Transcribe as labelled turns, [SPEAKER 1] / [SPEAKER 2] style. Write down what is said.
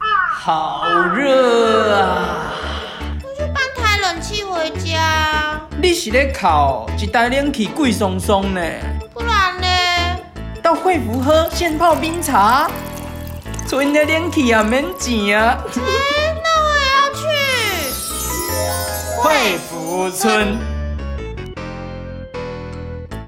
[SPEAKER 1] 好热啊！
[SPEAKER 2] 去半台冷气回家，
[SPEAKER 1] 你是咧哭，一台冷气贵松松呢。
[SPEAKER 2] 不然呢？
[SPEAKER 1] 到惠福喝现泡冰茶，存的冷气也免钱啊。
[SPEAKER 2] 哎、那我也要去。
[SPEAKER 1] 惠福村。